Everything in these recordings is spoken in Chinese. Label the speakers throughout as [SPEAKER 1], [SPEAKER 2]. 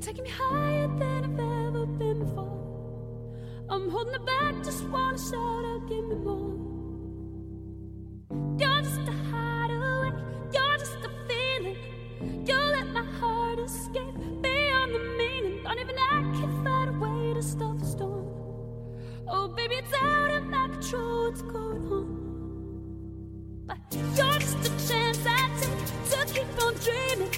[SPEAKER 1] taking me higher than I've ever been before. I'm holding it back, just wanna shout out, give me more. You're just a hideaway, you're just a feeling. You let my heart escape beyond the meaning. Don't even I can find a way to stop the storm. Oh, baby, it's out of my control, what's going on? But you're just a chance I take to keep on dreaming.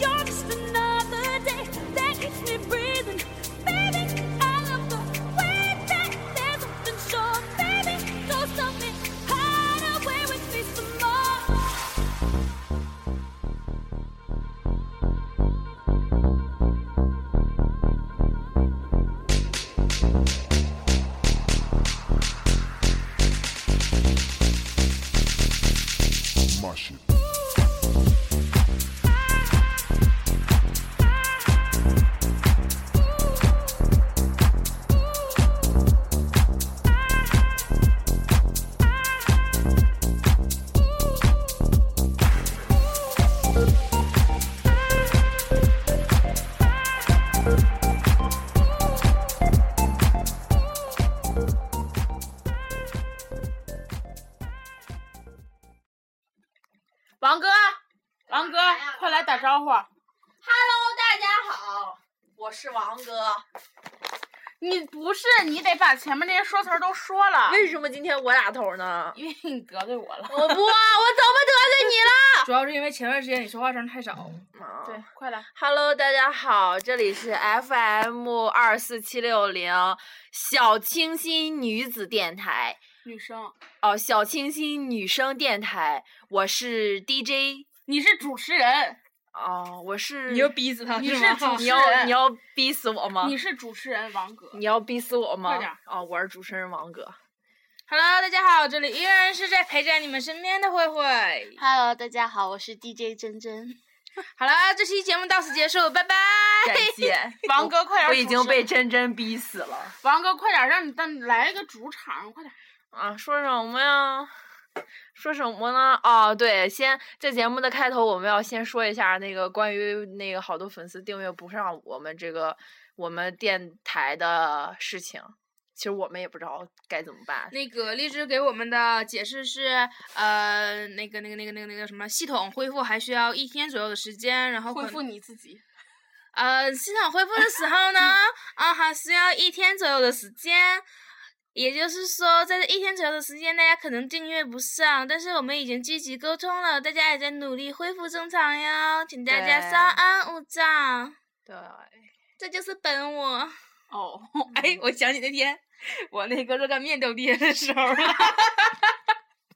[SPEAKER 1] You're just another day that keeps me breathing. Baby, I love the way that there's nothing sure. Baby, go something, hide away with me some more.
[SPEAKER 2] my shit.
[SPEAKER 3] “王哥，王哥，
[SPEAKER 4] 哎
[SPEAKER 3] 快来打招呼！”
[SPEAKER 5] Hello，大家好，我是王哥。
[SPEAKER 3] 你不是，你得把前面那些说词儿都说了，
[SPEAKER 5] 为什么今天我打头呢？
[SPEAKER 3] 因为你得罪我了。
[SPEAKER 5] 我不，我怎么得罪你
[SPEAKER 3] 主要是因为前段时间你说话声太少。
[SPEAKER 5] 了？
[SPEAKER 3] 对，快来。
[SPEAKER 5] 啊，Hello，大家好，这里是 FM 二四七六零小清新女子电台
[SPEAKER 3] 女生，
[SPEAKER 5] 哦，小清新女生电台，我是 DJ
[SPEAKER 3] 你是主持人，
[SPEAKER 5] 哦，我是
[SPEAKER 6] 你就逼死他
[SPEAKER 3] 你
[SPEAKER 6] 是
[SPEAKER 3] 是主
[SPEAKER 6] 吗？
[SPEAKER 3] 持
[SPEAKER 5] 你要
[SPEAKER 3] 人
[SPEAKER 5] 你要逼死我吗？
[SPEAKER 3] 你是主持人王哥。
[SPEAKER 5] 你要逼死我吗
[SPEAKER 3] 快点儿？
[SPEAKER 5] 哦，我是主持人王 哥。
[SPEAKER 6] Hello，大家好，这里依然是在陪在你们身边的慧慧。
[SPEAKER 4] Hello，大家好，我是 DJ 珍 珍。
[SPEAKER 6] 好了，这期节目到此结束，拜拜。
[SPEAKER 5] 再见，
[SPEAKER 3] 王哥， 快点！
[SPEAKER 5] 我已经被真真逼死了。
[SPEAKER 3] 王哥，快点，让你当来个主场，快点。
[SPEAKER 5] 啊，说什么呀？说什么呢？哦，对，先这节目的开头，我们要先说一下那个关于那个好多粉丝订阅不上我们这个我们电台的事情。其实我们也不知道该怎么办。
[SPEAKER 6] 那个荔枝给我们的解释是，呃，那个、那个、那个、那个、那个什么系统恢复还需要一天左右的时间，然后可
[SPEAKER 3] 恢
[SPEAKER 6] 能
[SPEAKER 3] 复你自己。
[SPEAKER 6] 呃，系统恢复的时候呢，啊，还需要一天左右的时间。也就是说，在这一天左右的时间，大家可能订阅不上，但是我们已经积极沟通了，大家也在努力恢复正常哟，请大家
[SPEAKER 5] 对
[SPEAKER 6] 稍安勿躁。
[SPEAKER 5] 对，
[SPEAKER 6] 这就是本我。
[SPEAKER 3] 哦，
[SPEAKER 6] 哎，
[SPEAKER 5] 嗯
[SPEAKER 6] 我想起那天我那个热干面掉地下的时 候了。那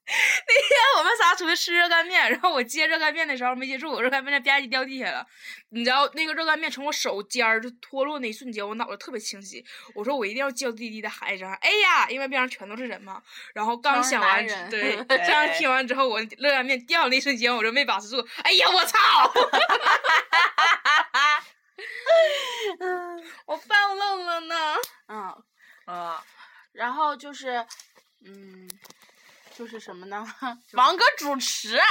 [SPEAKER 6] 天我们仨出去吃热干面，然后我接热干面的时候没接住，热干面吧唧掉地下了。你知道那个热干面从我手尖儿就脱落那一瞬间，我脑子特别清晰。我说我一定要叫弟弟的喊一声“哎呀”，因为边上全都是人嘛。然后刚
[SPEAKER 3] 都是
[SPEAKER 6] 想
[SPEAKER 3] 男
[SPEAKER 6] 完之，
[SPEAKER 3] 人
[SPEAKER 6] 对，刚听完之后，我热干面掉那一瞬间，我就没把持住。哎呀， 我操！ 我暴露了呢。
[SPEAKER 3] 嗯，
[SPEAKER 5] 啊，
[SPEAKER 3] 然后就是，嗯，就是什么呢？ 王哥主持，啊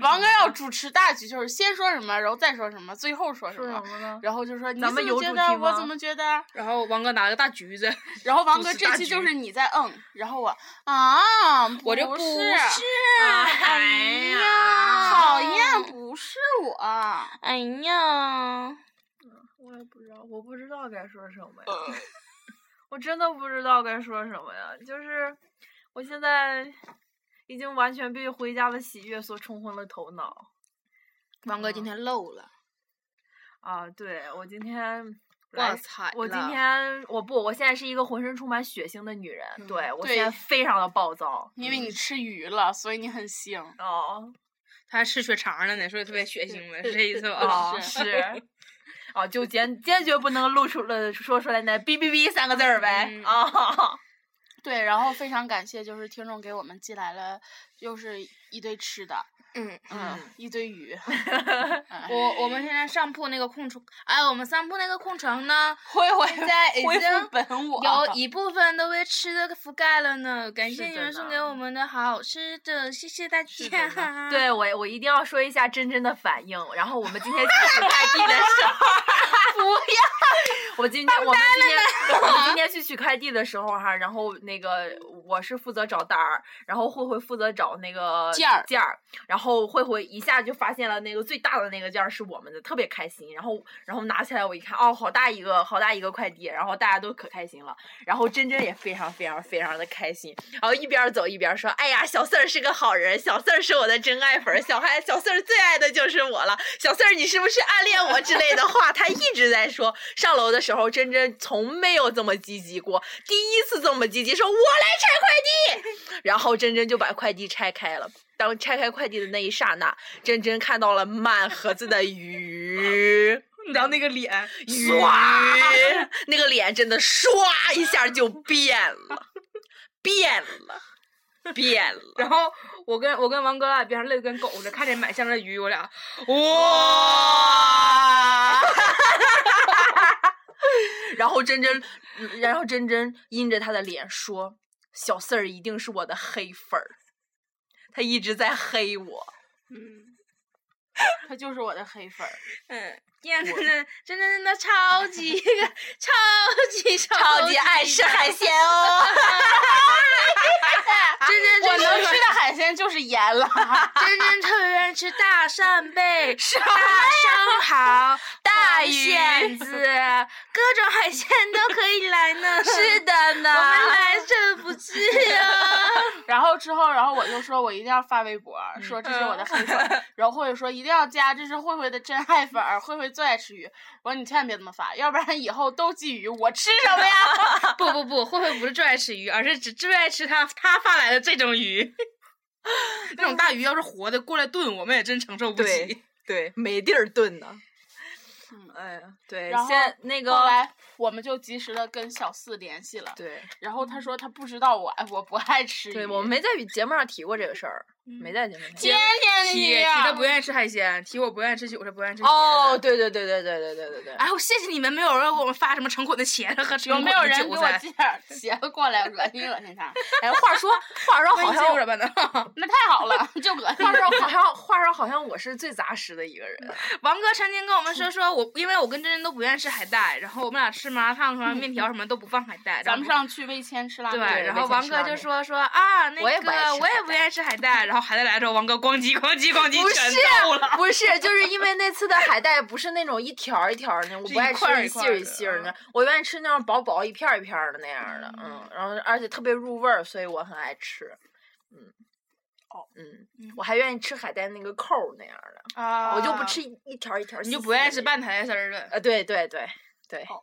[SPEAKER 3] 王哥要主持大局，就是先说什么，然后再说什么，最后说什
[SPEAKER 5] 说
[SPEAKER 3] 么
[SPEAKER 5] 什。么呢？
[SPEAKER 3] 然后就说你
[SPEAKER 5] 咱
[SPEAKER 3] 怎
[SPEAKER 5] 们
[SPEAKER 3] 么
[SPEAKER 5] 有
[SPEAKER 3] 觉
[SPEAKER 5] 主
[SPEAKER 3] 得
[SPEAKER 5] 题，
[SPEAKER 3] 我
[SPEAKER 5] 吗
[SPEAKER 3] 怎么觉得？
[SPEAKER 6] 然后王哥拿了个大橘子，
[SPEAKER 3] 然后王
[SPEAKER 6] 主
[SPEAKER 3] 哥
[SPEAKER 6] 持
[SPEAKER 3] 这
[SPEAKER 6] 大
[SPEAKER 3] 期
[SPEAKER 6] 局
[SPEAKER 3] 就是你在嗯，然后我啊，
[SPEAKER 6] 我这
[SPEAKER 3] 不
[SPEAKER 6] 不
[SPEAKER 3] 是，
[SPEAKER 6] 哎呀，
[SPEAKER 3] 讨厌，不是我。
[SPEAKER 6] 哎呀，
[SPEAKER 5] 我也不知道，我不知道该说什么呀。 我真的不知道该说什么呀，就是我现在已经完全被回家的喜悦所冲昏了头脑。
[SPEAKER 6] 王哥
[SPEAKER 3] 嗯
[SPEAKER 6] 今天漏了，
[SPEAKER 5] 啊，对我今天
[SPEAKER 6] 哇
[SPEAKER 5] 来，
[SPEAKER 6] 塞，
[SPEAKER 5] 我今天我不，我现在是一个浑身充满血腥的女人，对我现在
[SPEAKER 3] 对
[SPEAKER 5] 非常的暴躁。嗯
[SPEAKER 3] 因为
[SPEAKER 6] 嗯
[SPEAKER 3] 你吃鱼了，所以你很腥。
[SPEAKER 5] 哦
[SPEAKER 6] 他还吃血肠了呢，所以特别血腥了，是这意思吧？
[SPEAKER 5] 哦
[SPEAKER 3] 是
[SPEAKER 5] 是，哦就坚坚决不能露出了说出来那哔哔哔三个字儿呗
[SPEAKER 6] 嗯
[SPEAKER 5] 啊、
[SPEAKER 3] 对，然后非常感谢，就是听众给我们寄来了，又是一堆吃的，
[SPEAKER 6] 嗯，
[SPEAKER 3] 嗯，一堆 雨，
[SPEAKER 6] 我我们现在上铺那个空床，哎，我们上铺那个空床呢，
[SPEAKER 3] 恢恢
[SPEAKER 6] 现在已
[SPEAKER 3] 恢复
[SPEAKER 6] 经
[SPEAKER 3] 本我。
[SPEAKER 6] 有一部分都被吃的覆盖了呢。感
[SPEAKER 5] 是
[SPEAKER 6] 谢你
[SPEAKER 5] 的
[SPEAKER 6] 们送
[SPEAKER 5] 呢
[SPEAKER 6] 给我们的好吃的，谢谢大
[SPEAKER 3] 是的呢
[SPEAKER 6] 家。，
[SPEAKER 5] 对我，我一定要说一下真真的反应。然后我们今天去取快递的时候， 不要！我今天我们今天 我们今天去取快递的时候哈，然后那个我是负责找单儿，然后慧慧负责找那个
[SPEAKER 3] 件儿
[SPEAKER 5] 件儿，然后慧慧一下就发现了那个最大的那个件儿是我们的，特别开心。然后然后拿起来我一看，哦，好大一个，好大一个快递，然后大家都可开心了。然后珍珍也非常非常非常的开心，然后一边儿走一边儿说：“哎呀，小四儿是个好人，小四儿是我的真爱粉儿，小孩小四儿最爱的就是我了，小四儿你是不是暗恋我之类的话， 他一直在说。上楼的时候，珍珍从没有这么积极过，第一次这么积极，说我来拆快递，然后珍珍就把快递拆开了。当拆开快递的那一刹那，珍珍看到了满盒子的鱼。
[SPEAKER 3] 然后那个脸，
[SPEAKER 5] 唰，那个脸真的唰一下就变了，变了，变了。
[SPEAKER 6] 然后我跟我跟王哥俩边上累得跟狗似的，看见满箱的鱼，我俩
[SPEAKER 5] 哇！然后珍珍，然后珍珍阴着她的脸说：“小四儿一定是我的黑粉儿，他一直在黑我。
[SPEAKER 3] 他就是我的黑粉 儿，
[SPEAKER 6] 嗯，天真的真的真的超级超级
[SPEAKER 5] 超
[SPEAKER 6] 超
[SPEAKER 5] 级爱吃海鲜哦。
[SPEAKER 3] 哎
[SPEAKER 6] 真 真
[SPEAKER 3] 我
[SPEAKER 6] 真
[SPEAKER 3] 能
[SPEAKER 6] 的
[SPEAKER 3] 吃的海鲜就是盐了。
[SPEAKER 6] 真真特别愿意吃大扇贝、大生蚝、大
[SPEAKER 5] 鱼
[SPEAKER 6] 蚬子，各种海鲜都可以 来呢。
[SPEAKER 5] 是的呢，
[SPEAKER 6] 我们来者不拒哦。
[SPEAKER 3] 然后之后，然后我就说我一定要发微博，说这是我的黑粉儿，然后慧慧说一定要加，这是慧慧的真爱粉儿，慧慧最爱吃鱼。我说你千万别这么发，要不然以后都寄鱼，我吃什么 呀？
[SPEAKER 6] 不不不，慧慧不是最爱吃鱼，而是只最爱吃他他发来的这种鱼。那种大鱼要是活的过来炖，我们也真承受不
[SPEAKER 5] 对。对， 没地儿炖呢。哎呀，对，
[SPEAKER 3] 然后
[SPEAKER 5] 现那个
[SPEAKER 3] 后来我们就及时的跟小四联系了，
[SPEAKER 5] 对
[SPEAKER 3] 然后他
[SPEAKER 6] 嗯
[SPEAKER 3] 说他不知道我 爱我不爱吃鱼，
[SPEAKER 5] 对，我们没在节目上提过这个事儿，没在节目上提
[SPEAKER 3] 天天
[SPEAKER 6] 提
[SPEAKER 3] 鱼
[SPEAKER 6] 提
[SPEAKER 3] 啊
[SPEAKER 6] 他不愿意吃海鲜，提我不愿意吃酒，他不愿意吃
[SPEAKER 5] 过。哦，对对对对对对对对对。
[SPEAKER 6] 哎，我谢谢你们，没有人给我们发什么成捆的茄子和成
[SPEAKER 3] 有
[SPEAKER 6] 捆
[SPEAKER 3] 没有
[SPEAKER 6] 的
[SPEAKER 3] 人
[SPEAKER 6] 韭
[SPEAKER 3] 给我
[SPEAKER 6] 菜。
[SPEAKER 3] 寄点儿茄子过来恶心恶心他？
[SPEAKER 5] 哎，话说话说好
[SPEAKER 3] 哎
[SPEAKER 6] 好像
[SPEAKER 5] 像
[SPEAKER 6] 有点办呢？
[SPEAKER 3] 那太好了，就恶心
[SPEAKER 5] 话。说好像话说好像我是最杂食的一个人。
[SPEAKER 6] 王哥曾经跟我们说，说我因为我跟珍珍都不愿意吃海带，然后我们俩吃麻辣烫和面条什么都不放海带。然
[SPEAKER 3] 咱
[SPEAKER 6] 后
[SPEAKER 3] 们上去味千吃拉
[SPEAKER 6] 对，
[SPEAKER 3] 面，
[SPEAKER 6] 然后
[SPEAKER 5] 没钱
[SPEAKER 6] 王
[SPEAKER 5] 吃
[SPEAKER 6] 哥
[SPEAKER 5] 拉
[SPEAKER 6] 就
[SPEAKER 5] 面
[SPEAKER 6] 说说啊，那个
[SPEAKER 5] 我也不爱吃海
[SPEAKER 6] 不愿意吃海带。然后海带来的时候，王哥咣叽咣叽咣
[SPEAKER 5] 不
[SPEAKER 6] 叽
[SPEAKER 5] 是
[SPEAKER 6] 全揍了。
[SPEAKER 5] 不是，就是因为那次的海带不是那种一条儿一条儿的，我
[SPEAKER 6] 是
[SPEAKER 5] 不
[SPEAKER 6] 一
[SPEAKER 5] 爱吃
[SPEAKER 6] 块儿一
[SPEAKER 5] 一
[SPEAKER 6] 块
[SPEAKER 5] 芯儿
[SPEAKER 6] 儿
[SPEAKER 5] 一
[SPEAKER 6] 的嗯
[SPEAKER 5] 芯儿的，我愿意吃那样薄薄一片儿一片儿的那样儿的，嗯，然后而且特别入味儿，所以我很爱吃，嗯，
[SPEAKER 3] 哦，
[SPEAKER 5] 嗯，我还愿意吃海带那个扣儿那样儿的，
[SPEAKER 6] 啊
[SPEAKER 5] 我就不吃，一一条儿一条儿细
[SPEAKER 6] 你
[SPEAKER 5] 细的那种，
[SPEAKER 6] 就不愿意吃拌海带丝儿的。
[SPEAKER 5] 啊，对对对对
[SPEAKER 3] 哦，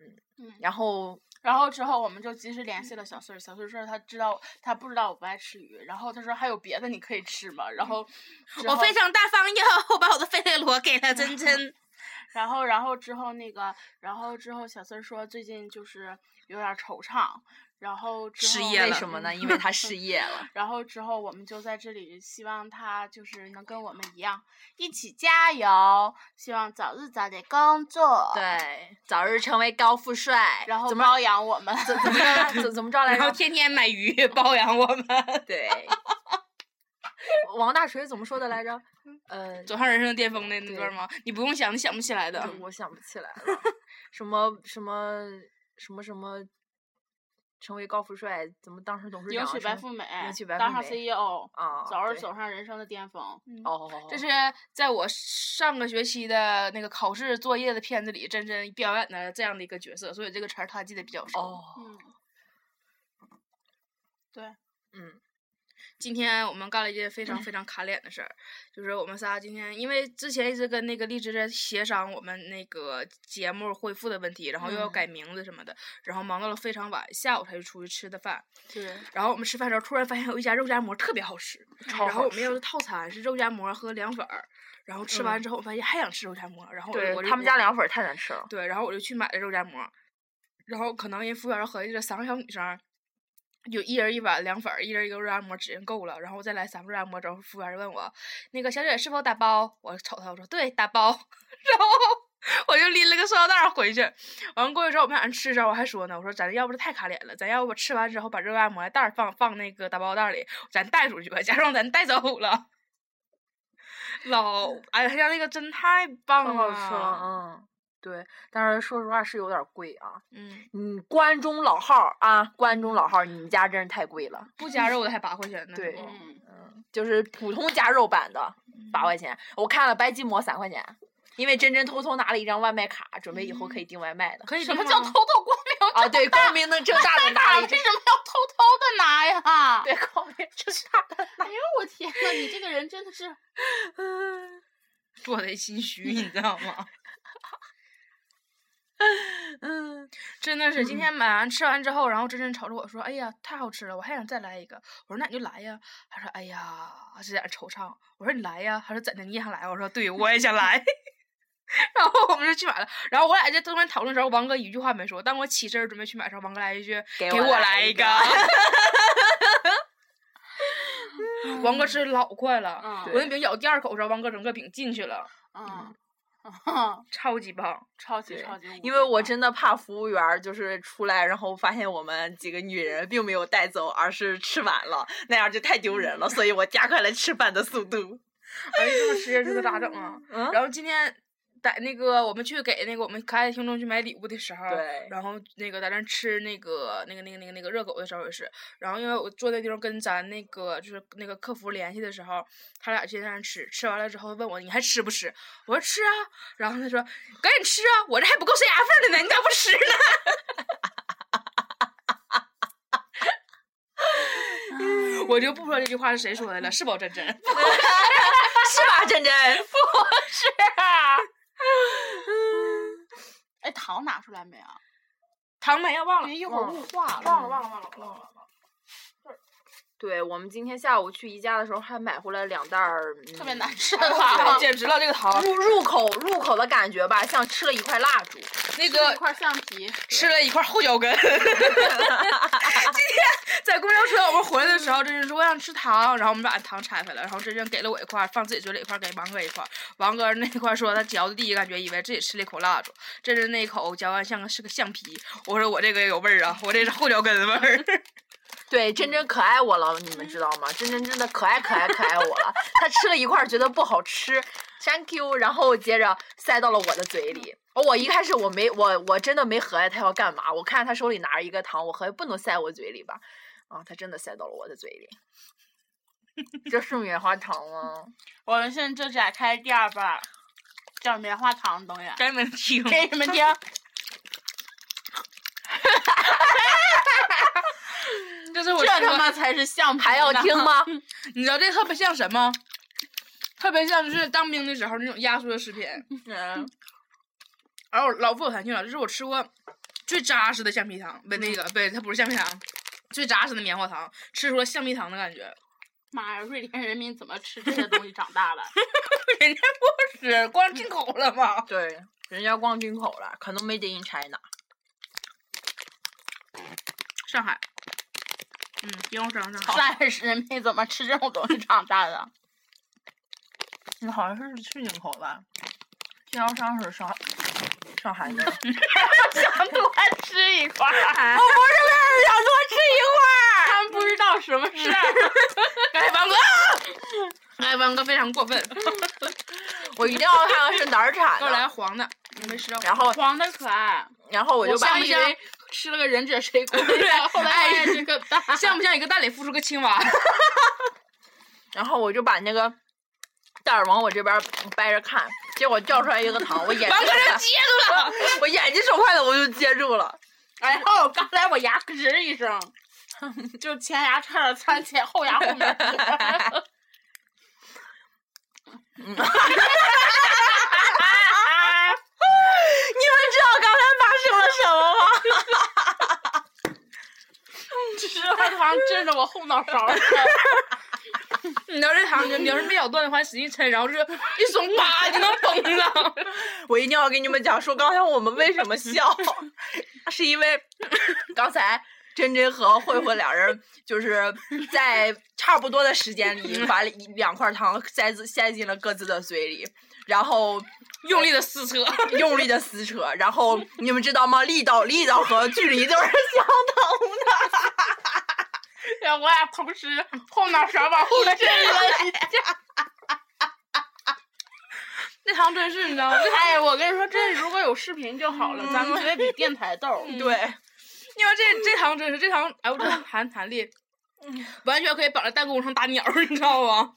[SPEAKER 5] 嗯
[SPEAKER 3] 嗯，
[SPEAKER 5] 然后
[SPEAKER 3] 然后之后我们就及时联系了小穗儿，小穗儿说她知道她不知道我不爱吃鱼，然后她说还有别的你可以吃吗？然后之
[SPEAKER 6] 我
[SPEAKER 3] 后
[SPEAKER 6] 非常大方哟，我把我的费列罗给了珍珍。
[SPEAKER 3] 然后然后之后那个然后之后小穗儿说最近就是有点儿惆怅，然后之
[SPEAKER 6] 失
[SPEAKER 3] 后，
[SPEAKER 6] 业
[SPEAKER 5] 为
[SPEAKER 6] 了嗯
[SPEAKER 5] 什么呢？因 为他失业了
[SPEAKER 3] 然后之后我们就在这里，希望他就是能跟我们一样一起加油，希望早日早点工作，，
[SPEAKER 5] 对，早日成为高富帅，
[SPEAKER 3] 然后
[SPEAKER 5] 怎么
[SPEAKER 3] 包养我们。
[SPEAKER 5] 怎怎么着来 怎怎么着来
[SPEAKER 6] 然后
[SPEAKER 5] 着？
[SPEAKER 6] 天天买鱼包养我们，
[SPEAKER 5] 对， 王大锤怎么说的来着？呃，
[SPEAKER 6] 走上人生巅峰的那段吗？你不用想，你想不起来的
[SPEAKER 5] 对。我想不起来了， 什么什么什么什么，成为高富帅，怎么当上董事长？
[SPEAKER 3] 迎娶
[SPEAKER 5] 什
[SPEAKER 3] 白
[SPEAKER 5] 么
[SPEAKER 3] 富美
[SPEAKER 5] 迎娶，白
[SPEAKER 3] 当
[SPEAKER 5] 富
[SPEAKER 3] 上
[SPEAKER 5] 美
[SPEAKER 3] CEO，
[SPEAKER 5] 啊，
[SPEAKER 3] 早日
[SPEAKER 5] 对。
[SPEAKER 3] 走上人生的巅峰。
[SPEAKER 5] 哦，
[SPEAKER 6] 这是在我上个学期的那个考试作业的片子里，真真表演的这样的一个角色，所以这个词儿他记得比较熟。
[SPEAKER 5] 哦，
[SPEAKER 3] 嗯，对，
[SPEAKER 5] 嗯，
[SPEAKER 6] 今天我们干了一件非常非常卡脸的事儿，就是我们仨今天因为之前一直跟那个荔枝在协商我们那个节目恢复的问题，然后又要
[SPEAKER 5] 嗯
[SPEAKER 6] 改名字什么的，然后忙到了非常晚，下午才出去吃的饭。
[SPEAKER 3] 对，
[SPEAKER 6] 然后我们吃饭的时候突然发现有一家肉夹馍特别好吃，
[SPEAKER 5] 超
[SPEAKER 6] 然后
[SPEAKER 5] 好
[SPEAKER 6] 我们要
[SPEAKER 5] 吃。嗯
[SPEAKER 6] 的套餐是肉夹馍和凉粉儿，然后吃完之后我发现还想吃肉夹馍，然后我就
[SPEAKER 5] 对
[SPEAKER 6] 我就
[SPEAKER 5] 他们家凉粉儿太难吃了，
[SPEAKER 6] 对，然后我就去买了肉夹馍，然后可能人服务员合计这三个小女生儿有一人一碗凉粉儿，一人一个肉夹馍，指定够了。然后我再来三份肉夹馍之后，服务员就问我那个小姐是否打包，我瞅他我说对打包， 然后我就拎了个塑料袋儿回去。完过去之后我们俩人吃着，我还说呢，我说咱要不是太卡脸了，咱要不吃完之后把肉夹馍袋儿放放那个打包袋儿里，咱带出去吧，假装咱带走了。老哎呀，他家那个真太棒
[SPEAKER 5] 很
[SPEAKER 6] 了，
[SPEAKER 5] 好吃了，嗯，对，但是说实话是有点贵啊。
[SPEAKER 6] 嗯，
[SPEAKER 5] 嗯，关中老号儿啊，关中老号儿，你们家真是太贵了，
[SPEAKER 6] 不加肉的还八块钱呢，
[SPEAKER 5] 对
[SPEAKER 6] 是不
[SPEAKER 3] 嗯，
[SPEAKER 5] 就是普通加肉版的
[SPEAKER 6] 嗯
[SPEAKER 5] 八块钱，我看了白吉馍三块钱，因为珍珍偷偷拿了一张外卖卡，准备以后可以订外卖的。
[SPEAKER 6] 嗯可以
[SPEAKER 3] 什么
[SPEAKER 6] 订
[SPEAKER 3] 叫
[SPEAKER 6] 吗
[SPEAKER 3] 偷偷光明
[SPEAKER 5] 啊，对，光明正正大的拿
[SPEAKER 3] 大？
[SPEAKER 5] 了
[SPEAKER 3] 为
[SPEAKER 5] 一张，
[SPEAKER 3] 什么要偷偷的拿呀？
[SPEAKER 5] 对，光明正大的
[SPEAKER 3] 哎呦我天呐，你这个人真的 是，
[SPEAKER 6] 做的心虚，你知道吗？
[SPEAKER 5] 嗯，
[SPEAKER 6] 真的是，今天买完吃完之后，然后真真瞅着我说：“哎呀，太好吃了，我还想再来一个。”我说：“那你就来呀。”他说：“哎呀，这点惆怅。”我说：“你来呀。”他说：“怎的，你也想来？”我说：“对，我也想来。” 然后我们就去买了。然后我俩在中间讨论的时候，王哥一句话没说。当我起身儿准备去买的时候，王哥来一句：“
[SPEAKER 5] 给
[SPEAKER 6] 我
[SPEAKER 5] 我来
[SPEAKER 6] 来
[SPEAKER 5] 一
[SPEAKER 6] 个。”王哥吃的老快了，
[SPEAKER 3] 嗯
[SPEAKER 6] 我那饼咬第二口时候，王哥整个饼进去了，
[SPEAKER 3] 嗯， 嗯
[SPEAKER 6] 超级棒。
[SPEAKER 3] 超级
[SPEAKER 5] 对
[SPEAKER 3] 超级无敌棒，啊
[SPEAKER 5] 因为我真的怕服务员儿就是出来，然后发现我们几个女人并没有带走，而是吃完了，那样就太丢人
[SPEAKER 6] 嗯
[SPEAKER 5] 了，所以我加快了吃饭的速 度。
[SPEAKER 6] 哎，这么吃，这可咋整啊？
[SPEAKER 5] 嗯，
[SPEAKER 6] 然后今天在那个我们去给那个我们可爱的听众去买礼物的时候，
[SPEAKER 5] 对
[SPEAKER 6] 然后那个在那儿吃那个那个那个那个那个热狗的时候也是，然后因为我坐那地方跟咱那个就是那个客服联系的时候，他俩去那儿吃，吃完了之后问我你还吃不吃？我说吃啊，然后他说赶紧吃啊，我这还不够塞牙缝儿的呢，你咋不吃呢？ 我就不说这句话是谁说的了，是不真 真？
[SPEAKER 5] 是吧，珍珍？
[SPEAKER 3] 哎糖拿出来没啊？
[SPEAKER 6] 糖没了，忘了，
[SPEAKER 3] 一会儿
[SPEAKER 5] 忘
[SPEAKER 3] 雾化了，嗯
[SPEAKER 6] 忘了，忘了，忘了，忘了。
[SPEAKER 5] 对我们今天下午去宜家的时候，还买回来两袋儿，嗯
[SPEAKER 3] 特别难吃啊
[SPEAKER 6] 哎
[SPEAKER 3] 的
[SPEAKER 6] 我
[SPEAKER 3] 吧
[SPEAKER 6] 操，？简直了！这个糖，
[SPEAKER 5] 入入口入口的感觉吧，像吃了一块蜡烛。
[SPEAKER 6] 那
[SPEAKER 3] 一
[SPEAKER 6] 个
[SPEAKER 3] 块橡皮，
[SPEAKER 6] 吃了一块后脚跟。今天在公交车我们回来的时候，真是说我想吃糖，然后我们把糖拆开了，然后真真给了我一块，放自己嘴里一块，给王哥一块。王哥那块说他嚼的第一感觉以为自己吃了一口蜡烛，真真那一口嚼完像个是个橡皮。我说我这个也有味儿啊，我这是后脚跟味儿。
[SPEAKER 5] 对，珍珍可爱我了，你们知道吗？珍珍真的可爱可爱可爱我了。她吃了一块儿觉得不好吃，thank you，然后接着塞到了我的嘴里。哦我一开始我没我我真的没合计她要干嘛，我看她手里拿着一个糖，我合计不能塞我嘴里吧，啊，她真的塞到了我的 嘴里。这是棉花糖吗？
[SPEAKER 3] 我们现在就展开第二半儿，叫棉花糖的东西，
[SPEAKER 6] 真没听，
[SPEAKER 3] 给你们听。
[SPEAKER 6] 这是我
[SPEAKER 3] 这他
[SPEAKER 6] 说
[SPEAKER 3] 妈才是橡皮，
[SPEAKER 5] 还要听？吗？
[SPEAKER 6] 你知道这特别像什么？特别像就是当兵的时候那种压缩的食品。
[SPEAKER 5] 嗯，
[SPEAKER 6] 然后老富有弹性了，这是我吃过最扎实的橡皮糖，不，那个不，它不是橡皮糖，最扎实的棉花糖，吃出了橡皮糖的感觉。
[SPEAKER 3] 妈呀，瑞典人民怎么吃这些东西长大了？
[SPEAKER 6] 人家不吃，光进口了吗？
[SPEAKER 5] 对，人家逛进口了，可能没得 in China。
[SPEAKER 6] 上海，嗯，冰红生上海，
[SPEAKER 3] 上海市人民怎么吃这种东西长大的？
[SPEAKER 5] 嗯，好像是去进口吧，经销商是上上海 的。
[SPEAKER 3] 想多吃一块儿，
[SPEAKER 5] 想多吃一会
[SPEAKER 3] 他们不知道什么事 儿。
[SPEAKER 6] 哎，
[SPEAKER 3] 啊
[SPEAKER 6] 王哥，哎，王哥非常过分，
[SPEAKER 5] 儿， 我一定要看看是哪儿产
[SPEAKER 6] 给我来
[SPEAKER 5] 的。
[SPEAKER 6] 黄的，你没吃到？
[SPEAKER 5] 然后，
[SPEAKER 3] 黄的可爱，
[SPEAKER 5] 然后我就
[SPEAKER 3] 我
[SPEAKER 5] 把
[SPEAKER 3] 上一
[SPEAKER 5] 因为
[SPEAKER 3] 为吃了个忍者水果，然后后来发现这个蛋。
[SPEAKER 6] 像不像一个蛋里孵出个青蛙？
[SPEAKER 5] 然后我就把那个袋儿往我这边掰着看，结果掉出来一个糖，我眼
[SPEAKER 6] 王
[SPEAKER 5] 睛
[SPEAKER 6] 哥
[SPEAKER 5] 手
[SPEAKER 6] 就
[SPEAKER 5] 快，
[SPEAKER 6] 接住了，
[SPEAKER 5] 我眼睛手快的我就接住了。
[SPEAKER 3] 然后哎刚才我牙咯吱一声， 就前牙差点窜前后牙后面去了。
[SPEAKER 5] 你们知道刚才发生了什么吗？
[SPEAKER 3] 吃 完 糖震着我后脑勺了，
[SPEAKER 6] 你知道这糖，你要是没咬断的话，使劲抻，然后是一 松，叭就能崩了。
[SPEAKER 5] 我一定 要跟你们讲说刚才我们为什么笑，是因为刚才真真和慧慧俩人就是在差不多的时间里把两块糖塞进塞进了各自的嘴里，然后
[SPEAKER 6] 用力的撕扯，
[SPEAKER 5] 用力的撕扯，然后你们知道吗？力道、力道和距离都是相同的。
[SPEAKER 3] 然后我俩同时后脑勺往后震了一下。那堂真是，你知道吗？哎， 我跟你说，这如果有视频就好了，咱们绝对比电台逗。
[SPEAKER 5] 对，
[SPEAKER 6] 因为这这堂真是这堂，哎我这堂弹弹力，
[SPEAKER 3] 嗯
[SPEAKER 6] 完全可以绑在弹弓上打鸟儿，你知道吗？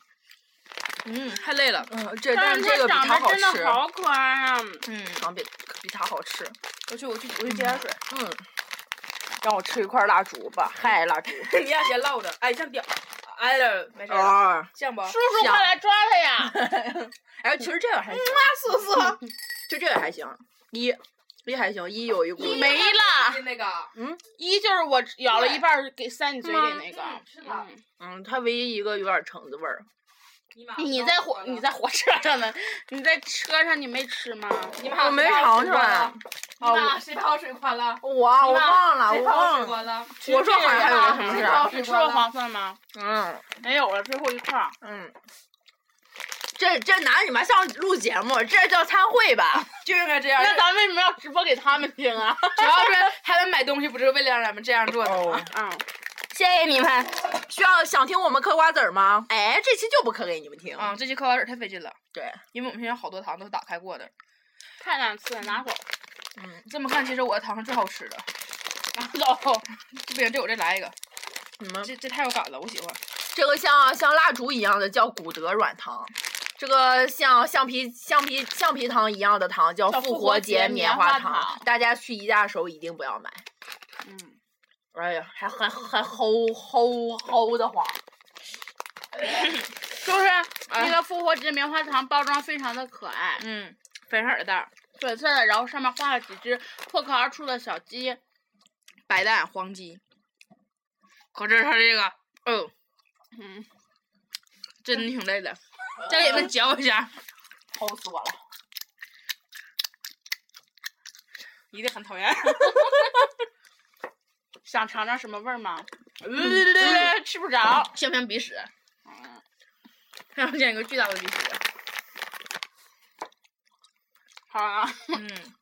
[SPEAKER 6] 嗯，太累了。
[SPEAKER 5] 嗯，这但
[SPEAKER 3] 但
[SPEAKER 5] 是
[SPEAKER 3] 是
[SPEAKER 5] 这个比
[SPEAKER 3] 它
[SPEAKER 5] 它
[SPEAKER 3] 长
[SPEAKER 5] 好
[SPEAKER 3] 得
[SPEAKER 5] 吃
[SPEAKER 3] 真，的好可爱啊！
[SPEAKER 5] 嗯，糖比比它好吃。
[SPEAKER 3] 我去，我去，我去接点水。
[SPEAKER 5] 嗯，让我吃一块蜡烛吧，嗨，蜡烛。
[SPEAKER 6] 你俩先唠着，哎，像屌，哎了，没事儿了，
[SPEAKER 5] 啊，
[SPEAKER 6] 像不？
[SPEAKER 3] 叔叔，快来抓它呀！
[SPEAKER 5] 哎，其实这个还行，
[SPEAKER 3] 叔叔，
[SPEAKER 5] 其实这个还行，一，一还行，一有一股
[SPEAKER 3] 没 了。
[SPEAKER 6] 那个，
[SPEAKER 3] 一就是我咬了一半儿给塞你嘴里那个。嗯
[SPEAKER 5] 嗯，它唯一一个有点橙子味儿。嗯
[SPEAKER 3] 你在火你在火车上呢？你在车上你没吃吗？哦
[SPEAKER 6] 你们好，
[SPEAKER 5] 我没尝出来
[SPEAKER 6] 你把谁把我水关了？
[SPEAKER 5] 我我
[SPEAKER 6] 妈
[SPEAKER 5] 忘了，
[SPEAKER 6] 谁
[SPEAKER 5] 我
[SPEAKER 6] 把我
[SPEAKER 5] 忘
[SPEAKER 6] 水
[SPEAKER 5] 了。
[SPEAKER 6] 关了？
[SPEAKER 5] 我说好像还有个
[SPEAKER 3] 嗯
[SPEAKER 5] 什么
[SPEAKER 3] 你吃
[SPEAKER 5] 事
[SPEAKER 3] 过
[SPEAKER 5] 儿。啊
[SPEAKER 3] 你吃过黄色吗？
[SPEAKER 5] 嗯
[SPEAKER 3] 没有了，最后一块儿。
[SPEAKER 5] 嗯，这这拿你们上录节目，这叫参会吧？
[SPEAKER 6] 就应该这样。
[SPEAKER 3] 那咱为什么要直播给他们听啊？
[SPEAKER 6] 主要 是他们买东西不是为了让咱们这样做的吗？
[SPEAKER 3] 嗯，
[SPEAKER 7] 谢谢你们。
[SPEAKER 5] 需要想听我们嗑瓜子儿吗？哎，这期就不嗑给你们听。
[SPEAKER 6] 啊，这期嗑瓜子儿太费劲了，
[SPEAKER 5] 对，
[SPEAKER 6] 因为我们现在好多糖都是打开过的。
[SPEAKER 3] 太难吃了，拿走，
[SPEAKER 5] 嗯
[SPEAKER 6] 这么看，其实我的糖是最好吃的。
[SPEAKER 3] 拿走。
[SPEAKER 6] 不行，这我再来一个，
[SPEAKER 5] 你们
[SPEAKER 6] 这这太有感了，我喜欢。
[SPEAKER 5] 这个像像蜡烛一样的叫古德软糖，这个像橡皮橡皮橡皮糖一样的糖叫
[SPEAKER 3] 叫
[SPEAKER 5] 复
[SPEAKER 3] 复
[SPEAKER 5] 活
[SPEAKER 3] 活节
[SPEAKER 5] 节棉
[SPEAKER 3] 棉
[SPEAKER 5] 花
[SPEAKER 3] 花
[SPEAKER 5] 糖。
[SPEAKER 3] 糖
[SPEAKER 5] 大家去宜家的时候一定不要买。
[SPEAKER 3] 嗯，
[SPEAKER 5] 哎呀，还还还齁齁齁的慌。
[SPEAKER 3] 就是
[SPEAKER 5] 哎
[SPEAKER 3] 那个复活节棉花糖包装非常的可爱，
[SPEAKER 6] 嗯，粉色的蛋儿，
[SPEAKER 3] 粉色的，然后上面画了几只破壳而出的小鸡。
[SPEAKER 6] 白蛋黄鸡。可是它这个，哎呦，
[SPEAKER 3] 嗯，
[SPEAKER 6] 真的挺累的。再给你们嚼一下，
[SPEAKER 5] 齁死我了！
[SPEAKER 6] 一定很讨 厌。
[SPEAKER 3] 想尝尝什么味儿吗？嗯吃不着。
[SPEAKER 6] 像不像鼻屎？
[SPEAKER 5] 嗯
[SPEAKER 6] 像不像一个巨大的鼻屎？
[SPEAKER 3] 好啊，
[SPEAKER 6] 嗯，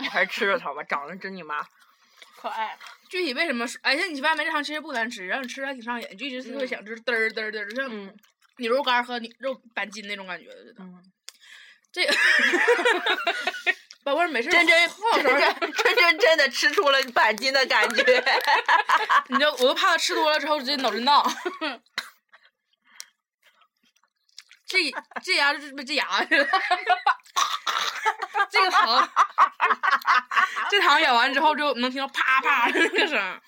[SPEAKER 5] 我 还是吃着它吧，长得真你妈！
[SPEAKER 3] 可爱。
[SPEAKER 6] 具体为什么说？哎，像你发现没，这糖其实不难吃，让你吃着还挺上瘾，就一直是会想吃嘚儿嘚儿嘚儿，就像
[SPEAKER 5] 嗯
[SPEAKER 6] 你肉干儿和你肉板筋那种感觉的。
[SPEAKER 5] 嗯，
[SPEAKER 6] 这个， 宝贝儿没事儿，
[SPEAKER 5] 真 真
[SPEAKER 6] 晃手儿，
[SPEAKER 5] 真真真的吃出了板筋的感 觉。
[SPEAKER 6] 你知道，我都怕他吃多了之后直接脑震荡。这这牙就是 这牙去了，这个糖，这糖咬完之后就能听到啪啪的那个声儿。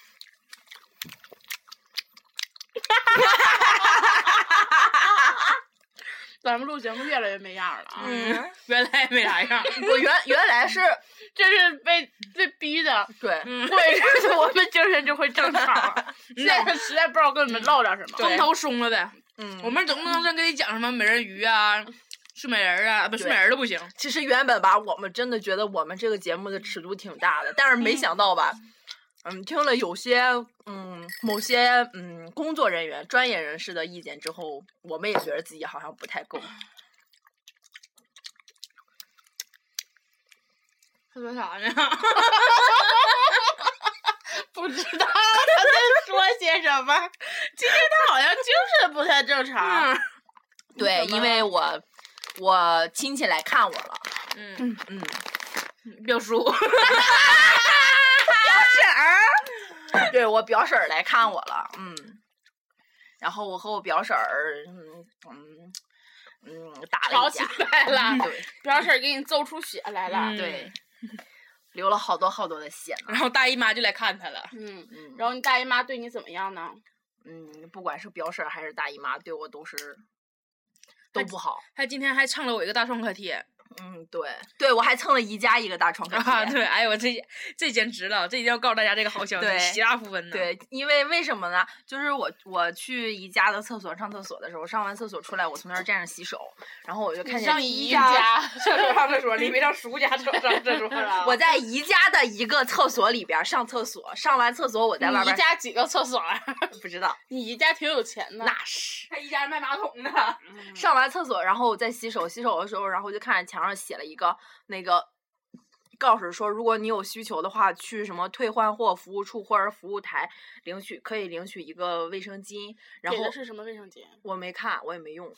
[SPEAKER 3] 咱们录节目越来越没样儿了啊！
[SPEAKER 5] 嗯，
[SPEAKER 6] 原来也没啥样，
[SPEAKER 5] 我原原来是
[SPEAKER 3] 这是被被逼的，
[SPEAKER 5] 对，
[SPEAKER 3] 过一阵子我们精神就会正常 了。现在实在不知道跟你们唠点什么。
[SPEAKER 6] 风头松了呗。
[SPEAKER 5] 嗯
[SPEAKER 6] 我们总不能再跟你讲什么美人鱼啊、睡美人儿啊，不睡美人儿都不行。
[SPEAKER 5] 其实原本吧，我们真的觉得我们这个节目的尺度挺大的，但是没想到吧，嗯，听了有些嗯某些嗯工作人员、专业人士的意见之后，我们也觉得自己好像不太够。
[SPEAKER 6] 他说啥呢？
[SPEAKER 3] 不知道他在说些什么。今天他好像精神不太正常。
[SPEAKER 6] 嗯
[SPEAKER 5] 对，因为我我亲戚来看我了，
[SPEAKER 6] 嗯，
[SPEAKER 5] 嗯，
[SPEAKER 6] 表叔，
[SPEAKER 5] 对我表婶儿来看我了，嗯，然后我和我表婶儿，嗯嗯嗯，打了
[SPEAKER 3] 吵
[SPEAKER 5] 一
[SPEAKER 3] 起
[SPEAKER 5] 架，
[SPEAKER 3] 来了，
[SPEAKER 5] 对
[SPEAKER 3] 表婶儿给你揍出血来了。
[SPEAKER 6] 嗯
[SPEAKER 5] 对，流了好多好多的血呢，
[SPEAKER 6] 然后大姨妈就来看他了。
[SPEAKER 3] 嗯，
[SPEAKER 5] 嗯。
[SPEAKER 3] 然后你大姨妈对你怎么样呢？
[SPEAKER 5] 嗯，不管是表婶儿还是大姨妈，对我都是都不好。
[SPEAKER 6] 他今天还唱了我一个大创可贴，
[SPEAKER 5] 嗯，对对，我还蹭了宜家一个 大创可
[SPEAKER 6] 啊，
[SPEAKER 5] 贴。
[SPEAKER 6] 对，哎呦，我这这简直了，这一定要告诉大家这个好消
[SPEAKER 5] 对
[SPEAKER 6] 息，喜大普奔呢。，
[SPEAKER 5] 对，因为为什么呢？就是我我去宜家的厕所上厕所的时候，上完厕所出来，我从那儿站着洗手，然后我就看见
[SPEAKER 3] 上宜家厕所上厕所，你没上叔家厕所上厕所啊了。
[SPEAKER 5] 我在宜家的一个厕所里边儿上厕所，上完厕所我在外
[SPEAKER 3] 你
[SPEAKER 5] 边
[SPEAKER 3] 宜家几个厕所啊？
[SPEAKER 5] 儿不知道，
[SPEAKER 3] 你宜家挺有钱的。
[SPEAKER 5] 那是
[SPEAKER 8] 他一家人卖马桶的，
[SPEAKER 5] 上完厕所，然后我在洗手，洗手的时候，然后我就看见墙上写了一个那个告示，说如果你有需求的话，去什么退换货服务处或者服务台领取，可以领取一个卫生巾。然
[SPEAKER 3] 给
[SPEAKER 5] 后
[SPEAKER 3] 的是什么卫生间？
[SPEAKER 5] 我没看，我也没用。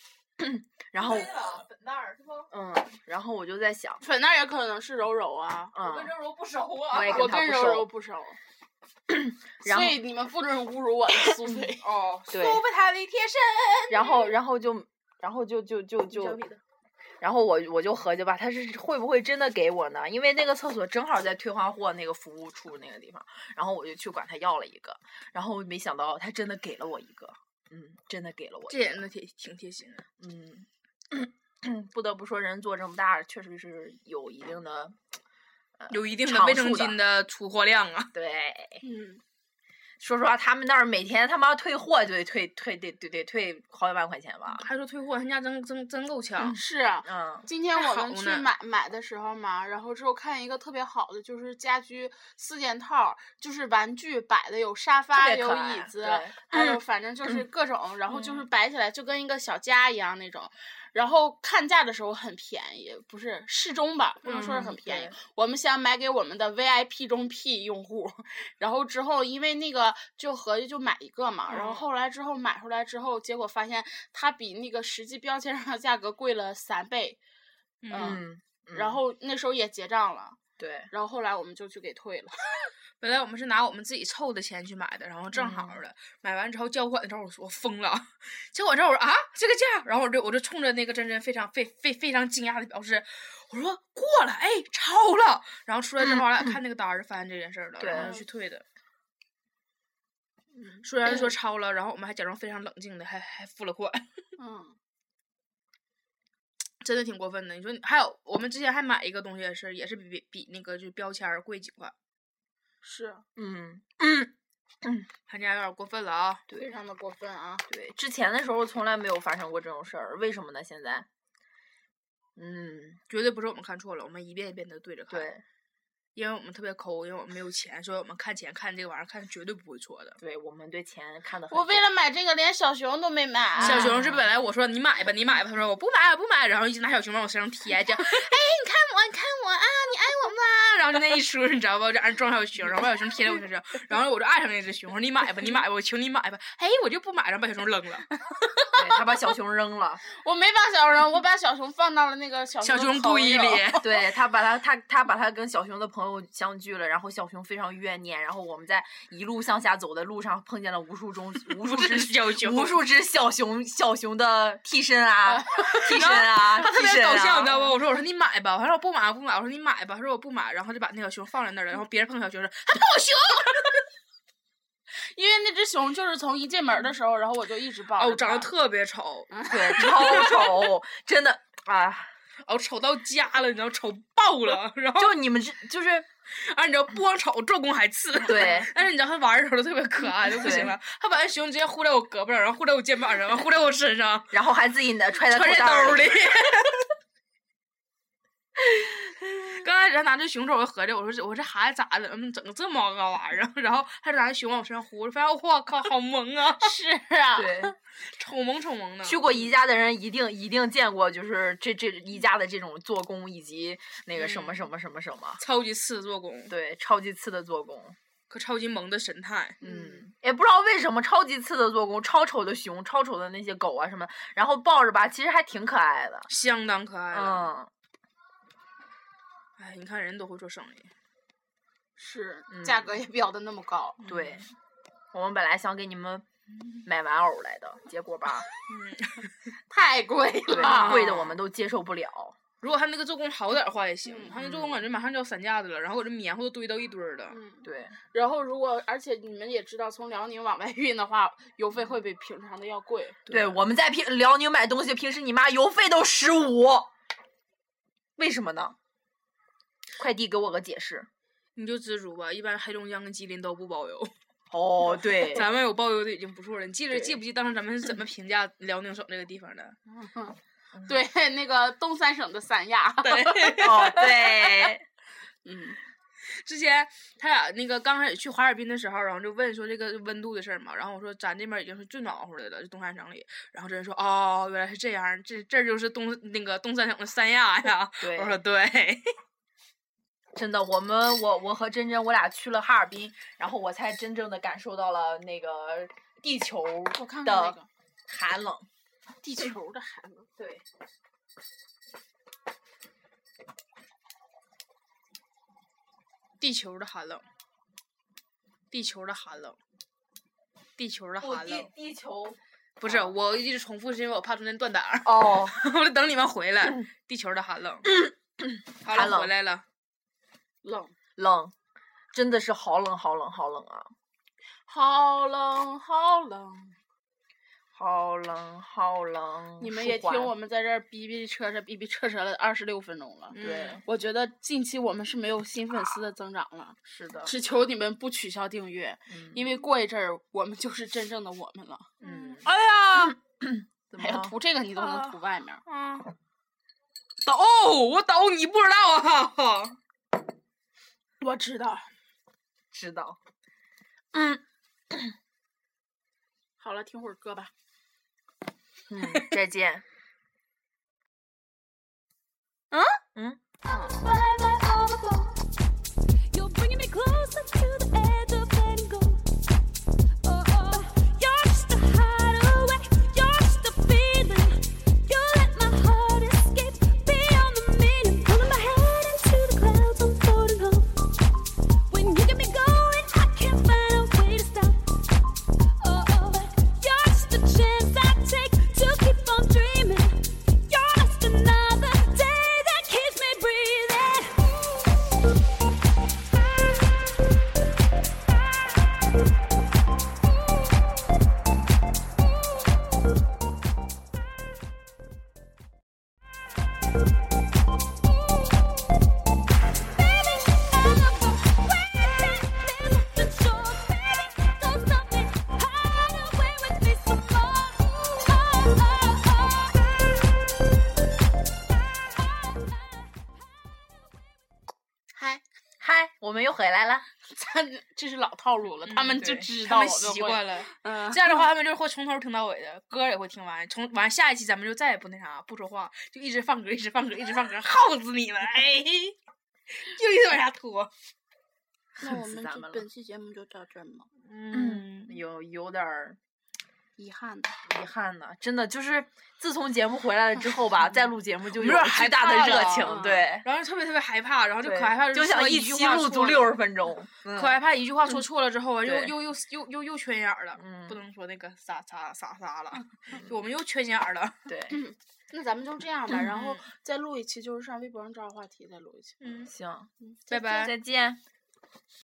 [SPEAKER 5] 然后，
[SPEAKER 8] 粉袋儿是不？
[SPEAKER 5] 嗯，然后我就在想，
[SPEAKER 3] 粉袋也可能是柔柔啊。
[SPEAKER 8] 我跟
[SPEAKER 5] 嗯，
[SPEAKER 8] 周柔不熟啊。
[SPEAKER 5] 我也
[SPEAKER 3] 我
[SPEAKER 5] 他
[SPEAKER 3] 跟
[SPEAKER 5] 不
[SPEAKER 3] 柔
[SPEAKER 5] 熟
[SPEAKER 3] 柔不熟， 所
[SPEAKER 5] 然后
[SPEAKER 3] 以你们不准侮辱我的苏菲。
[SPEAKER 8] 哦，
[SPEAKER 5] 对
[SPEAKER 8] 苏贝塔为贴身。
[SPEAKER 5] 然后，然后就，然后就就就就，然后我我就合计吧，他是会不会真的给我呢？因为那个厕所正好在退换货那个服务处那个地方，然后我就去管他要了一个，然后没想到他真的给了我一个，嗯，真的给了我一
[SPEAKER 6] 这也那挺挺贴心的。
[SPEAKER 5] 个，嗯， 不得不说，人做这么大，确实是有一定的，
[SPEAKER 6] 有一定的
[SPEAKER 5] 常
[SPEAKER 6] 卫生
[SPEAKER 5] 数的
[SPEAKER 6] 巾的出货量啊，
[SPEAKER 5] 对，
[SPEAKER 3] 嗯，
[SPEAKER 5] 说实话，他们那儿每天他妈退货就得退退得得得退好几万块钱吧，
[SPEAKER 6] 还说退货，他家真真真够呛。
[SPEAKER 3] 是啊。
[SPEAKER 5] 嗯，
[SPEAKER 3] 今天我
[SPEAKER 6] 好
[SPEAKER 3] 们去
[SPEAKER 6] 呢
[SPEAKER 3] 买买的时候嘛，然后之后看一个特别好的，就是家居四件套，就是玩具摆的有沙
[SPEAKER 5] 特
[SPEAKER 3] 发
[SPEAKER 5] 别
[SPEAKER 3] 有
[SPEAKER 5] 可爱
[SPEAKER 3] 椅子，
[SPEAKER 5] 对嗯
[SPEAKER 3] 还有反正就是各种，然后就是摆起来就跟一个小家一样那种。然后看价的时候很便宜，不是适中吧？不能说
[SPEAKER 5] 嗯
[SPEAKER 3] 是很便宜。我们想买给我们的 VIP 中 P 用户， 然后之后因为那个就合计就买一个嘛，
[SPEAKER 5] 嗯
[SPEAKER 3] 然后后来之后买回来之后，结果发现它比那个实际标签上的价格贵了三倍。嗯，
[SPEAKER 5] 嗯，
[SPEAKER 3] 然
[SPEAKER 5] 后
[SPEAKER 3] 后那时候也结账了，
[SPEAKER 5] 对，
[SPEAKER 3] 然后后来我们就去给退了。
[SPEAKER 6] 本来我们是拿我们自己凑的钱去买的，然后正好了，买完之后交款的时候我说我疯了，交款之后我说啊这个价，然后我就我就冲着那个真真非常非非非常惊讶的表示，我说过了，哎超了，然后出来之后我俩看那个单儿，发现这件事儿了，
[SPEAKER 5] 对
[SPEAKER 6] 然后就去退的。虽然说超了，然后我们还假装非常冷静的，还还付了款，
[SPEAKER 3] 嗯，
[SPEAKER 6] 真的挺过分的。你说你还有我们之前还买一个东西也是，也是比比比那个就标签儿贵几块，
[SPEAKER 3] 是
[SPEAKER 5] 嗯。
[SPEAKER 6] 他家有点过分了啊。
[SPEAKER 3] 非常的过分啊！
[SPEAKER 5] 对，之前的时候从来没有发生过这种事儿，为什么呢？现在，嗯，
[SPEAKER 6] 绝对不是我们看错了，我们一遍一遍的对着看。，
[SPEAKER 5] 对
[SPEAKER 6] 因为我们特别抠，因为我们没有钱，所以我们看钱看这个玩意儿看绝对不会错的。
[SPEAKER 5] 对，我们对钱看得很重。
[SPEAKER 3] 我为了买这个，连小熊都没买。啊
[SPEAKER 6] 小熊是本来我说你买吧，你买吧，他说我不买，我不买，然后一直拿小熊往我身上贴，这样，哎，你看我，你看我啊，你爱我吗？然后就那一出，你知道吧？我就让人装小熊，然后把小熊贴在我身上，然后我就爱上那只熊，我说你买吧，你买吧，我求你买吧，哎，我就不买，然后把小熊扔了，
[SPEAKER 5] 对他把小熊扔了，
[SPEAKER 3] 我没把小熊，我把小熊放到了那个小
[SPEAKER 6] 小
[SPEAKER 3] 的
[SPEAKER 6] 熊
[SPEAKER 3] 朋
[SPEAKER 6] 堆
[SPEAKER 3] 友
[SPEAKER 6] 里。
[SPEAKER 5] 对他把他他他把他跟小熊的朋友相聚了，然后小熊非常怨念，然后我们在一路向下走的路上碰见了无数中无数只
[SPEAKER 6] 是 小熊
[SPEAKER 5] 无数只小熊小熊的替身 啊替身啊，
[SPEAKER 6] 他特
[SPEAKER 5] 替
[SPEAKER 6] 别
[SPEAKER 5] 身
[SPEAKER 6] 搞笑，
[SPEAKER 5] 啊
[SPEAKER 6] 你知道不？我说我说你买吧，他说我不买，我不买。我说你买吧，他说我不买，然后就把那个熊放在那儿了。然后
[SPEAKER 5] 嗯
[SPEAKER 6] 别人碰小熊说他碰我熊，
[SPEAKER 3] 因为那只熊就是从一进门的时候，然后我就一直抱着它。
[SPEAKER 6] 哦，长得特别丑，
[SPEAKER 5] 对， 超丑，真的啊，
[SPEAKER 6] 哦，丑到家了，你知道，丑爆了。 然
[SPEAKER 5] 嗯
[SPEAKER 6] 后
[SPEAKER 5] 就你们这就是
[SPEAKER 6] 啊，你知道，不光丑，做工还次。
[SPEAKER 5] 对。
[SPEAKER 6] 但是你知道他玩儿的时候特别可爱，就不行了。他把那熊直接呼在我胳膊上，然后呼在我肩膀上，然后呼在我身上，
[SPEAKER 5] 然后还自己呢揣在口
[SPEAKER 6] 揣在
[SPEAKER 5] 袋儿
[SPEAKER 6] 兜
[SPEAKER 5] 里
[SPEAKER 6] 里。 刚开始他拿这熊手，我就合计，我说这我这孩子咋的，嗯，整个这么个玩意儿？啊 然后他就拿那熊往我身上呼，我发现我靠，好萌啊，
[SPEAKER 3] 是啊，
[SPEAKER 5] 对，
[SPEAKER 6] 丑萌丑萌的。
[SPEAKER 5] 去过宜家的人一定一定见过，就是这这宜家的这种做工以及那个什么
[SPEAKER 6] 嗯
[SPEAKER 5] 什么什么什么，
[SPEAKER 6] 超级次做工
[SPEAKER 5] 对，超级次的做工，
[SPEAKER 6] 和超级萌的神态，
[SPEAKER 5] 嗯，也不知道为什么超级次的做工，超丑的熊，超丑的那些狗啊什么，然后抱着吧，其实还挺可爱的，
[SPEAKER 6] 相当可爱了。
[SPEAKER 5] 嗯，
[SPEAKER 6] 哎，你看人都会做生意，
[SPEAKER 3] 是
[SPEAKER 5] 嗯
[SPEAKER 3] 价格也标的那么高。
[SPEAKER 5] 对，
[SPEAKER 6] 嗯
[SPEAKER 5] 我们本来想给你们买玩偶来的，结果 吧，
[SPEAKER 3] 太贵
[SPEAKER 5] 对，
[SPEAKER 3] 了，啊
[SPEAKER 5] 贵的我们都接受不了，
[SPEAKER 6] 如果他那个做工好点儿的话也行，
[SPEAKER 3] 嗯
[SPEAKER 6] 他那做工感觉马上就要散架子了，然后我这棉花都堆到一堆儿了。
[SPEAKER 3] 嗯，
[SPEAKER 5] 对，
[SPEAKER 3] 然后如果而且你们也知道，从辽宁往外运的话，邮费会比平常的要贵。
[SPEAKER 5] 对，我们在平辽宁买东西，平时你妈邮费都十五，为什么呢？快递给我个解释。
[SPEAKER 6] 你就知足吧。一般黑龙江跟吉林都不包邮，
[SPEAKER 5] 哦，对，
[SPEAKER 6] 咱们有包邮的已经不错了。你记着
[SPEAKER 5] 对
[SPEAKER 6] 记不记当时咱们是怎么评价辽宁省这个地方的？
[SPEAKER 3] 对，那个东三省的三亚，
[SPEAKER 5] 哦，对，
[SPEAKER 6] 嗯，之前他俩那个刚开始去哈尔滨的时候，然后就问说这个温度的事儿嘛，然后我说咱这边已经是最暖和的了，这东三省里，然后这人说哦，原来是这样儿，这这儿就是东那个东三省的三亚呀。
[SPEAKER 5] 对
[SPEAKER 6] 我说对，
[SPEAKER 5] 真的，我们我我和珍珍，我俩去了哈尔滨，然后我才真正的感受到了那个地球
[SPEAKER 3] 我看看那
[SPEAKER 5] 的
[SPEAKER 3] 个
[SPEAKER 5] 寒冷。
[SPEAKER 3] 地球的孩子，
[SPEAKER 5] 对，
[SPEAKER 6] 地球的寒冷，地球的寒冷，地球的
[SPEAKER 5] 不
[SPEAKER 6] 寒
[SPEAKER 5] 哦地哦
[SPEAKER 6] 冷。
[SPEAKER 5] 地球
[SPEAKER 6] 不是，我一直重复是因为我怕中间断档儿，
[SPEAKER 5] 哦，
[SPEAKER 6] 我得等你们回 来。地球的寒冷，好
[SPEAKER 5] 寒
[SPEAKER 6] 了，
[SPEAKER 5] 冷
[SPEAKER 6] 回来了。
[SPEAKER 3] 冷，
[SPEAKER 5] 冷，真的是好冷，好冷，好冷啊！
[SPEAKER 3] 好冷，好冷。
[SPEAKER 5] 好冷，好冷。
[SPEAKER 3] 你们
[SPEAKER 5] 舒
[SPEAKER 3] 也
[SPEAKER 5] 缓
[SPEAKER 3] 听我们在这儿逼逼扯扯、逼逼扯扯了二十六分钟了。
[SPEAKER 6] 嗯
[SPEAKER 5] 对，
[SPEAKER 3] 我觉得近期我们是没有新粉丝的增长了，
[SPEAKER 5] 是的，
[SPEAKER 3] 只求你们不取消订阅，因为过一阵儿我们就是真正的我们了。
[SPEAKER 5] 嗯，嗯
[SPEAKER 3] 哎呀，
[SPEAKER 5] 怎么
[SPEAKER 3] 哎呀，
[SPEAKER 5] 了？
[SPEAKER 3] 涂这个你都能涂外面儿，
[SPEAKER 6] 啊，抖，我抖，你不知道啊？
[SPEAKER 3] 我知道。
[SPEAKER 5] 知道。
[SPEAKER 3] 好了，听会儿歌吧。
[SPEAKER 5] 嗯， 再见。
[SPEAKER 1] You're bringing me closer to the edge of letting go. Oh, oh. You're just a hideaway. You're just a feeling. You let my heart escape beyond the meaning. Pulling my head into the clouds, I'm floating home. When you get me going, I can't find a way to stop. Oh, oh. You're just a chance I take to keep on dreaming. You're just another day that keeps me breathing.
[SPEAKER 9] 嗨，
[SPEAKER 5] 嗨，我们又回来了。
[SPEAKER 3] 咱这是老套路了，嗯他们就
[SPEAKER 6] 嗯对
[SPEAKER 3] 知
[SPEAKER 6] 他
[SPEAKER 3] 道我
[SPEAKER 6] 们
[SPEAKER 3] 们
[SPEAKER 6] 习
[SPEAKER 3] 会
[SPEAKER 6] 惯了。
[SPEAKER 3] 嗯
[SPEAKER 6] 这，样的话，他们就会从头听到尾的，歌也会听完，从完下一期咱们就再也不那啥，不说话，就一直放歌，一直放歌，一直放 歌，耗死你们！哎，就一直往下拖。
[SPEAKER 3] 那我
[SPEAKER 5] 死
[SPEAKER 3] 们
[SPEAKER 5] 咱
[SPEAKER 3] 就
[SPEAKER 5] 们了
[SPEAKER 3] 本期节目就到这儿嘛，
[SPEAKER 6] 嗯，
[SPEAKER 5] 有有点儿
[SPEAKER 3] 遗憾的。
[SPEAKER 5] 遗憾呢，真的就是自从节目回来了之后吧，再录节目就有
[SPEAKER 6] 点
[SPEAKER 5] 了
[SPEAKER 6] 儿害
[SPEAKER 5] 巨大
[SPEAKER 6] 怕
[SPEAKER 5] 的热
[SPEAKER 6] 了
[SPEAKER 5] 情，
[SPEAKER 3] 嗯
[SPEAKER 5] 对，
[SPEAKER 6] 然后特别特别害怕，然后就可
[SPEAKER 5] 对
[SPEAKER 6] 害怕，
[SPEAKER 5] 就想
[SPEAKER 6] 一句
[SPEAKER 5] 期
[SPEAKER 6] 话
[SPEAKER 5] 录
[SPEAKER 6] 错
[SPEAKER 5] 足
[SPEAKER 6] 了
[SPEAKER 5] 六十，分钟，嗯
[SPEAKER 6] 可害怕一句话说错了之后啊，又
[SPEAKER 5] 对
[SPEAKER 6] 又又又又又缺心眼儿了，
[SPEAKER 5] 嗯
[SPEAKER 6] 不能说那个啥啥啥啥了，就我们又缺心眼儿了。
[SPEAKER 5] 对，
[SPEAKER 3] 那咱们就这样吧，然后再录一期，就是上微博上找话题再录一期。
[SPEAKER 6] 嗯，
[SPEAKER 5] 行，
[SPEAKER 3] 嗯，
[SPEAKER 6] 拜拜。
[SPEAKER 5] 再见。